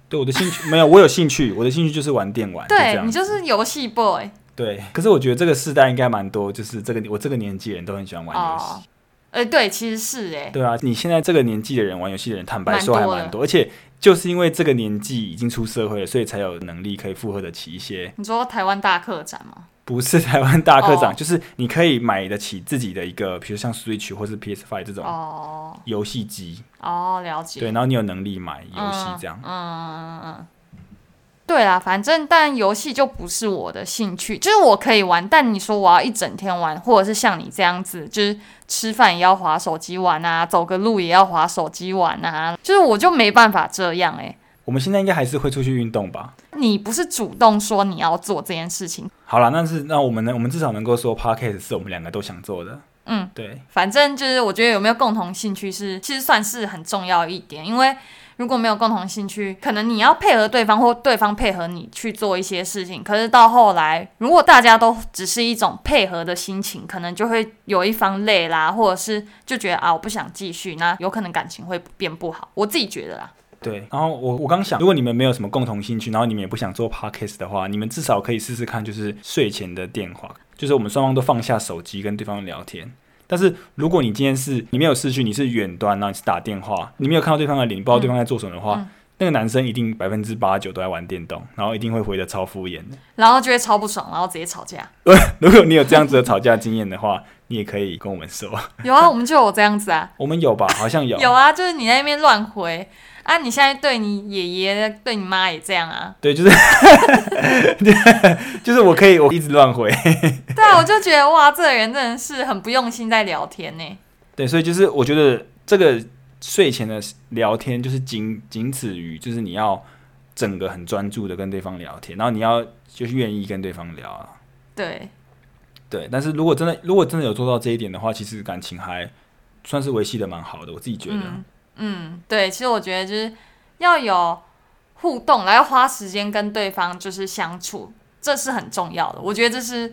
Speaker 1: 对我的兴趣没有，我有兴趣，我的兴趣就是玩电玩，就这
Speaker 2: 对
Speaker 1: 样
Speaker 2: 你。就是游戏 boy
Speaker 1: 对，可是我觉得这个世代应该蛮多，就是这个我这个年纪的人都很喜欢玩游戏。
Speaker 2: 哦，呃，对，其实是哎、
Speaker 1: 对啊，你现在这个年纪的人玩游戏的人，坦白说还
Speaker 2: 蛮多
Speaker 1: 蛮
Speaker 2: 的
Speaker 1: 多，而且就是因为这个年纪已经出社会了，所以才有能力可以负荷得起一些，
Speaker 2: 你说台湾大客展吗？
Speaker 1: 不是台湾大客长
Speaker 2: 哦
Speaker 1: 就是你可以买得起自己的一个，比如像 Switch 或是 PS Five 这种
Speaker 2: 哦
Speaker 1: 游戏机，
Speaker 2: 哦，了解。
Speaker 1: 对，然后你有能力买游戏这样
Speaker 2: 嗯。，嗯嗯嗯嗯。对啦，反正但游戏就不是我的兴趣，就是我可以玩，但你说我要一整天玩，或者是像你这样子，就是吃饭也要划手机玩啊，走个路也要划手机玩啊，就是我就没办法这样诶、
Speaker 1: 我们现在应该还是会出去运动吧？
Speaker 2: 你不是主动说你要做这件事情，
Speaker 1: 好了，那是那我们呢？我们至少能够说 Podcast 是我们两个都想做的。
Speaker 2: 嗯，
Speaker 1: 对，
Speaker 2: 反正就是我觉得有没有共同兴趣是其实算是很重要一点，因为如果没有共同兴趣，可能你要配合对方或对方配合你去做一些事情。可是到后来，如果大家都只是一种配合的心情，可能就会有一方累啦，或者是就觉得啊我不想继续，那有可能感情会变不好。我自己觉得啦，
Speaker 1: 对，然后我我刚想，如果你们没有什么共同兴趣，然后你们也不想做 podcast 的话，你们至少可以试试看，就是睡前的电话，就是我们双方都放下手机跟对方聊天。但是如果你今天是你没有视讯，你是远端，然后你是打电话，你没有看到对方的脸，你不知道对方在做什么的话，
Speaker 2: 嗯
Speaker 1: 那个男生一定百分之八九都在玩电动，然后一定会回的超敷衍的。
Speaker 2: 然啊后就会超不爽，然后直接吵架。
Speaker 1: 如果你有这样子的吵架经验的话，你也可以跟我们说，
Speaker 2: 有啊，我们就有这样子啊。
Speaker 1: 我们有吧？好像有，
Speaker 2: 有啊，就是你在那边乱回啊！你现在对你爷爷、对你妈也这样啊？
Speaker 1: 对，就是 *laughs* 就是我可以我一直乱回。
Speaker 2: *laughs* 对啊，我就觉得哇，这个人真的是很不用心在聊天呢。
Speaker 1: 对，所以就是我觉得这个睡前的聊天就是仅仅此于，就是你要整个很专注的跟对方聊天，然后你要就是愿意跟对方聊啊。
Speaker 2: 对，
Speaker 1: 对，但是如果真的如果真的有做到这一点的话，其实感情还算是维系的蛮好的，我自己觉得。
Speaker 2: 嗯嗯，对，其实我觉得就是要有互动，然后要花时间跟对方就是相处，这是很重要的。我觉得这是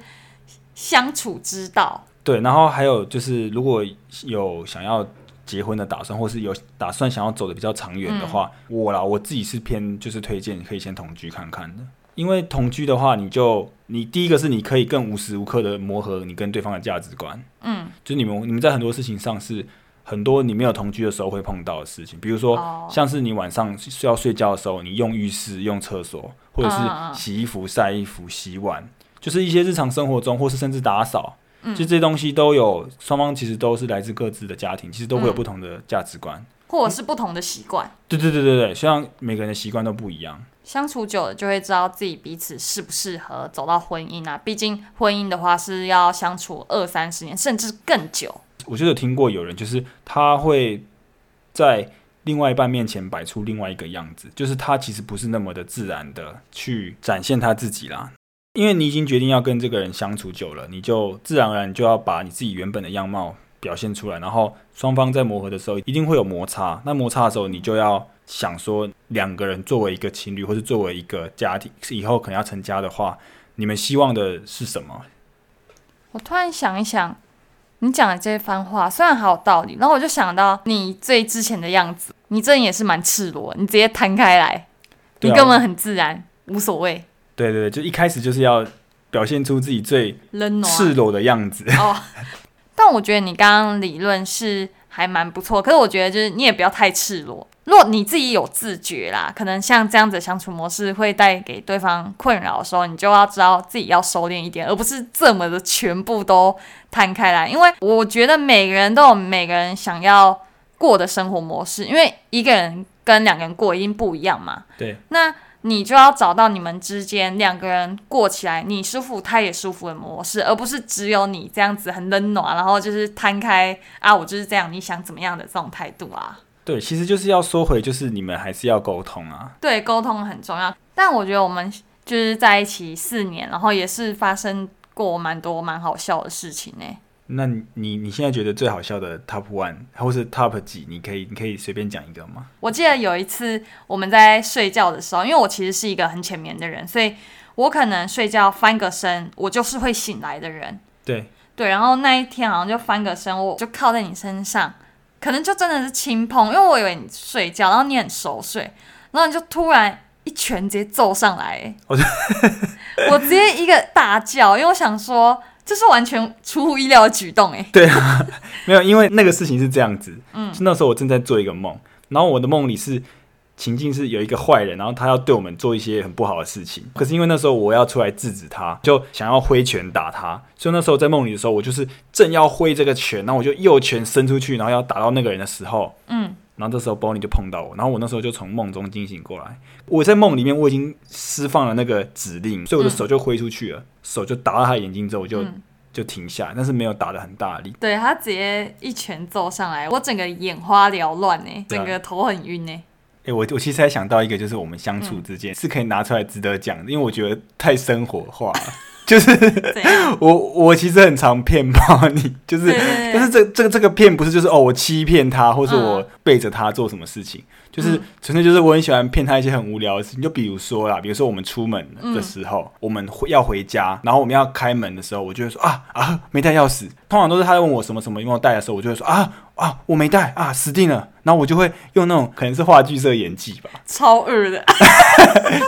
Speaker 2: 相处之道。
Speaker 1: 对，然后还有就是如果有想要。结婚的打算，或是有打算想要走的比较长远的话，
Speaker 2: 嗯
Speaker 1: 我啦我自己是偏就是推荐可以先同居看看的，因为同居的话，你就你第一个是你可以更无时无刻的磨合你跟对方的价值观，
Speaker 2: 嗯，
Speaker 1: 就你们你们在很多事情上是很多你没有同居的时候会碰到的事情，比如说、
Speaker 2: 哦
Speaker 1: 像是你晚上睡要睡觉的时候，你用浴室、用厕所，或者
Speaker 2: 嗯嗯嗯
Speaker 1: 是洗衣服、晒衣服、洗碗，就是一些日常生活中，或是甚至打扫，就这些东西都有双方其实都是来自各自的家庭，其实都会有
Speaker 2: 嗯
Speaker 1: 不同的价值观。
Speaker 2: 或者是不同的习惯，
Speaker 1: 对对对对对，虽然每个人的习惯都不一样。
Speaker 2: 相处久了就会知道自己彼此适不适合走到婚姻啊。毕竟婚姻的话是要相处二三十年，甚至更久。
Speaker 1: 我就有听过有人，就是他会在另外一半面前摆出另外一个样子，就是他其实不是那么的自然的去展现他自己啦。因为你已经决定要跟这个人相处久了，你就自然而然就要把你自己原本的样貌表现出来，然后双方在磨合的时候一定会有摩擦。那摩擦的时候，你就要想说，两个人作为一个情侣，或是作为一个家庭，以后可能要成家的话，你们希望的是什么？
Speaker 2: 我突然想一想，你讲的这番话虽然很有道理，然后我就想到你最之前的样子，你真的也是蛮赤裸，你直接摊开来，
Speaker 1: 对
Speaker 2: 你
Speaker 1: 啊
Speaker 2: 根本很自然，无所谓，
Speaker 1: 对对对，就一开始就是要表现出自己最
Speaker 2: 扔挪啊
Speaker 1: 赤裸的样子。
Speaker 2: 哦。但我觉得你刚刚理论是还蛮不错，可是我觉得就是你也不要太赤裸。如果你自己有自觉啦，可能像这样子的相处模式会带给对方困扰的时候，你就要知道自己要收敛一点，而不是这么的全部都摊开来。因为我觉得每个人都有每个人想要过的生活模式，因为一个人跟两个人过一定不一样嘛。
Speaker 1: 对，
Speaker 2: 那你就要找到你们之间两个人过起来你舒服他也舒服的模式，而不是只有你这样子很冷暖，然后就是摊开啊，我就是这样，你想怎么样的这种态度啊。
Speaker 1: 对，其实就是要说回，就是你们还是要沟通啊。
Speaker 2: 对，沟通很重要。但我觉得我们就是在一起四年，然后也是发生过蛮多蛮好笑的事情呢、
Speaker 1: 那你你你现在觉得最好笑的 top one 或是 top 几，你可以你可以随便讲一个吗？
Speaker 2: 我记得有一次我们在睡觉的时候，因为我其实是一个很浅眠的人，所以我可能睡觉翻个身，我就是会醒来的人。
Speaker 1: 对，
Speaker 2: 对，然后那一天好像就翻个身，我就靠在你身上，可能就真的是轻碰，因为我以为你睡觉，然后你很熟睡，然后你就突然一拳直接揍上来，
Speaker 1: 我
Speaker 2: 欸我直接一个大叫，因为我想说这是完全出乎意料的举动，哎，
Speaker 1: 没有，因为那个事情是这样子，嗯，是那时候我正在做一个梦，然后我的梦里是情境是有一个坏人，然后他要对我们做一些很不好的事情。可是因为那时候我要出来制止他，就想要挥拳打他，所以那时候在梦里的时候，我就是正要挥这个拳，然后我就右拳伸出去，然后要打到那个人的时候，
Speaker 2: 嗯，
Speaker 1: 然后这时候 Bonnie 就碰到我，然后我那时候就从梦中惊醒过来。我在梦里面我已经释放了那个指令，所以我的手就挥出去了，手就打到他的眼睛之后，我就、
Speaker 2: 嗯
Speaker 1: 就停下，但是没有打的很大力。
Speaker 2: 对他直接一拳揍上来，我整个眼花缭乱哎，
Speaker 1: 对啊
Speaker 2: 整个头很晕哎。
Speaker 1: 诶，我我其实还想到一个，就是我们相处之间、是可以拿出来值得讲的，因为我觉得太生活化了。 *laughs* 就是
Speaker 2: 怎样？
Speaker 1: 我我其实很常骗炮你， *laughs* 就是
Speaker 2: 对对对
Speaker 1: 但是这这个这个骗不是就是哦我欺骗他，或是
Speaker 2: 嗯
Speaker 1: 我背着他做什么事情，就是
Speaker 2: 嗯
Speaker 1: 纯粹就是我很喜欢骗他一些很无聊的事情，就比如说啦，比如说我们出门的时候，
Speaker 2: 嗯
Speaker 1: 我们回要回家，然后我们要开门的时候，我就会说啊啊没带钥匙，通常都是他在问我什么什么有没有带的时候，我就会说啊啊我没带啊死定了，然后我就会用那种可能是话剧社演技吧， *laughs*
Speaker 2: 超恶的， *laughs*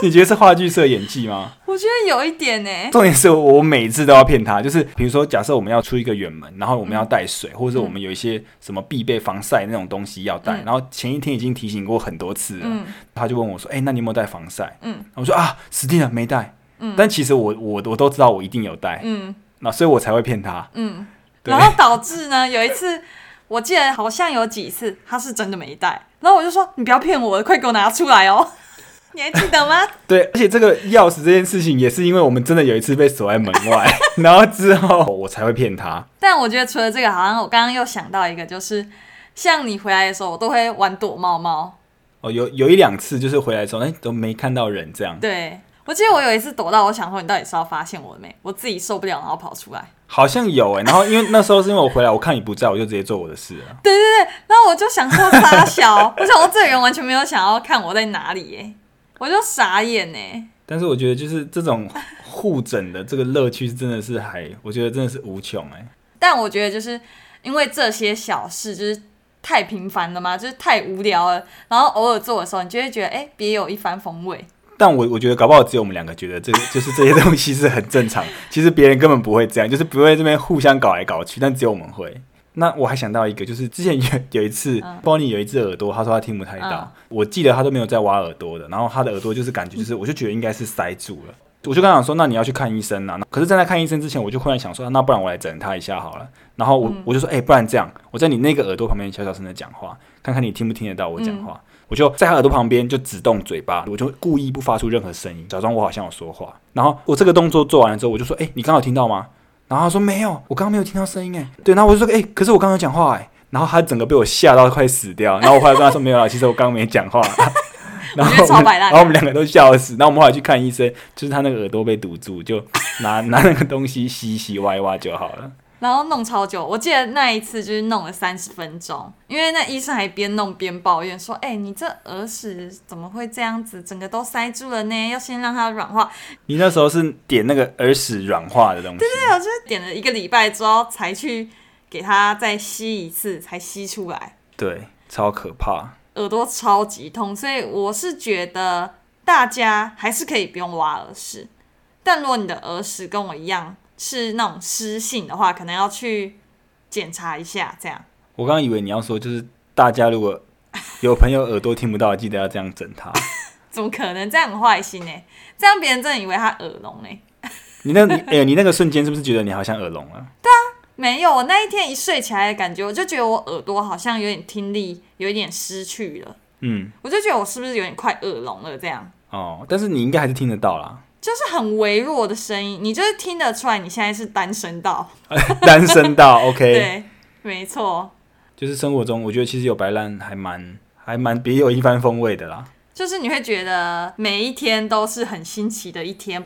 Speaker 1: 你觉得是话剧社演技吗？
Speaker 2: 我觉得有一点欸呢。
Speaker 1: *laughs* 重点是我每次都要骗他，就是比如说，假设我们要出一个远门，然后我们要带水，或者是我们有一些什么必备防晒那种东西要带，
Speaker 2: 嗯
Speaker 1: 然后前一天已经提醒过很多次了，
Speaker 2: 嗯
Speaker 1: 他就问我说：“哎、那你有没有带防晒？”
Speaker 2: 嗯
Speaker 1: 然后我说：“啊，死定了，没带。”
Speaker 2: 嗯
Speaker 1: 但其实我我我都知道我一定有带，
Speaker 2: 嗯
Speaker 1: 那所以我才会骗他。
Speaker 2: 嗯，
Speaker 1: 对
Speaker 2: 然后导致呢，有一次我记得好像有几次他是真的没带，然后我就说你不要骗我，快给我拿出来哦。 *laughs* 你还记得吗？ *laughs*
Speaker 1: 对，而且这个钥匙这件事情也是因为我们真的有一次被锁在门
Speaker 2: *laughs*
Speaker 1: 外，然后之后我才会骗他。
Speaker 2: 但我觉得除了这个，好像我刚刚又想到一个，就是像你回来的时候，我都会玩躲猫猫。
Speaker 1: 哦，有有一两次就是回来之后，哎、都没看到人这样。
Speaker 2: 对我记得我有一次躲到，我想说你到底是要发现我没？我自己受不了，然后跑出来。
Speaker 1: 好像有哎、然后因为那时候是因为我回来，我看你不在，我就直接做我的事了。
Speaker 2: 对对对，然后我就想说傻小， *laughs* 我想说这个人完全没有想要看我在哪里耶，我就傻眼呢。
Speaker 1: 但是我觉得就是这种互整的这个乐趣，真的是还我觉得真的是无穷哎、
Speaker 2: 但我觉得就是因为这些小事，就是太频繁了嘛，就是太无聊了。然后偶尔做的时候，你就会觉得哎，别、有一番风味。
Speaker 1: 但我我觉得搞不好只有我们两个觉得这个就是这些东西是很正常， *laughs* 其实别人根本不会这样，就是不会这边互相搞来搞去，但只有我们会。那我还想到一个，就是之前有有一次、b o n n i e 有一只耳朵，他说他听不太到，我记得他都没有在挖耳朵的，然后他的耳朵就是感觉就是，我就觉得应该是塞住了。我就跟他讲说，那你要去看医生啦、啊可是，在他看医生之前，我就忽然想说，啊那不然我来整他一下好了。然后我、我就说，哎、不然这样，我在你那个耳朵旁边小小声的讲话，看看你听不听得到我讲
Speaker 2: 嗯
Speaker 1: 话。我就在他耳朵旁边就只动嘴巴，我就故意不发出任何声音，假装我好像有说话。然后我这个动作做完了之后，我就说，哎、你刚刚有听到吗？然后他说没有，我刚刚没有听到声音哎。对，然后我就说，哎、可是我刚刚有讲话哎。然后他整个被我吓到快死掉。然后我后来跟他说，没有
Speaker 2: *laughs*
Speaker 1: 啦，其实我刚刚没讲话。然后
Speaker 2: 我觉得超
Speaker 1: 我们
Speaker 2: 摆烂
Speaker 1: 然后我们两个都笑死。然后我们后来去看医生，就是他那个耳朵被堵住，就拿 *laughs* 拿那个东西洗一洗挖一挖就好了。
Speaker 2: 然后弄超久，我记得那一次就是弄了三十分钟，因为那医生还边弄边抱怨说：“哎、你这耳屎怎么会这样子，整个都塞住了呢？要先让它软化。
Speaker 1: 你那时候是点那个耳屎软化的东西，”
Speaker 2: 对，我就是点了一个礼拜之后才去给它再吸一次，才吸出来，
Speaker 1: 对，超可怕。
Speaker 2: 耳朵超级痛，所以我是觉得大家还是可以不用挖耳屎，但如果你的耳屎跟我一样是那种湿性的话，可能要去检查一下，这样。
Speaker 1: 我刚刚以为你要说，就是大家如果有朋友耳朵听不到，记得要这样整他。
Speaker 2: 怎么可能？这样很坏心呢、 *laughs* 这样别人真的以为他耳聋呢、
Speaker 1: 你那你哎、你那个瞬间是不是觉得你好像耳聋了？
Speaker 2: 没有，我那一天一睡起来的感觉，我就觉得我耳朵好像有点听力有一点失去了，
Speaker 1: 嗯，
Speaker 2: 我就觉得我是不是有点快耳聋了？这样
Speaker 1: 哦，但是你应该还是听得到啦。 *laughs*
Speaker 2: 就是很微弱的声音，你就是听得出来你现在是单声道。
Speaker 1: 单声道，OK，
Speaker 2: 对，没错，
Speaker 1: 就是生活中，我觉得其实有白烂还蛮还蛮别有一番风味的啦。
Speaker 2: 就是你会觉得每一天都是很新奇的一天。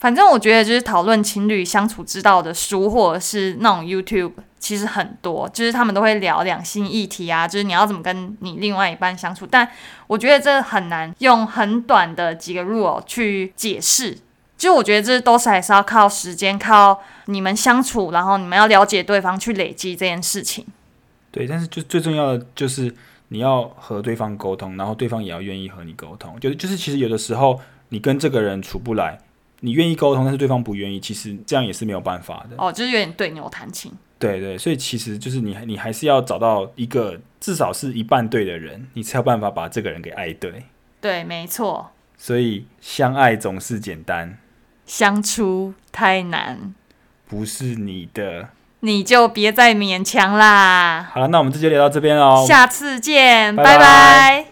Speaker 2: 反正我觉得，就是讨论情侣相处之道的书，或者是那种 YouTube，其实很多，就是他们都会聊两性议题啊，就是你要怎么跟你另外一半相处。但我觉得这很难用很短的几个 rule 去解释。就我觉得这都是还是要靠时间，靠你们相处，然后你们要了解对方去累积这件事情。
Speaker 1: 对，但是就最重要的就是你要和对方沟通，然后对方也要愿意和你沟通。就是就是其实有的时候你跟这个人处不来，你愿意沟通，但是对方不愿意，其实这样也是没有办法的。
Speaker 2: 哦，就是有点对牛弹琴。
Speaker 1: 对对，所以其实就是你你还是要找到一个至少是一半对的人，你才有办法把这个人给爱对。
Speaker 2: 对，没错，
Speaker 1: 所以相爱总是简单，
Speaker 2: 相处太难，
Speaker 1: 不是你的。
Speaker 2: 你就别再勉强啦。
Speaker 1: 好了，那我们这就聊到这边喽。
Speaker 2: 下次见，
Speaker 1: 拜拜
Speaker 2: 拜拜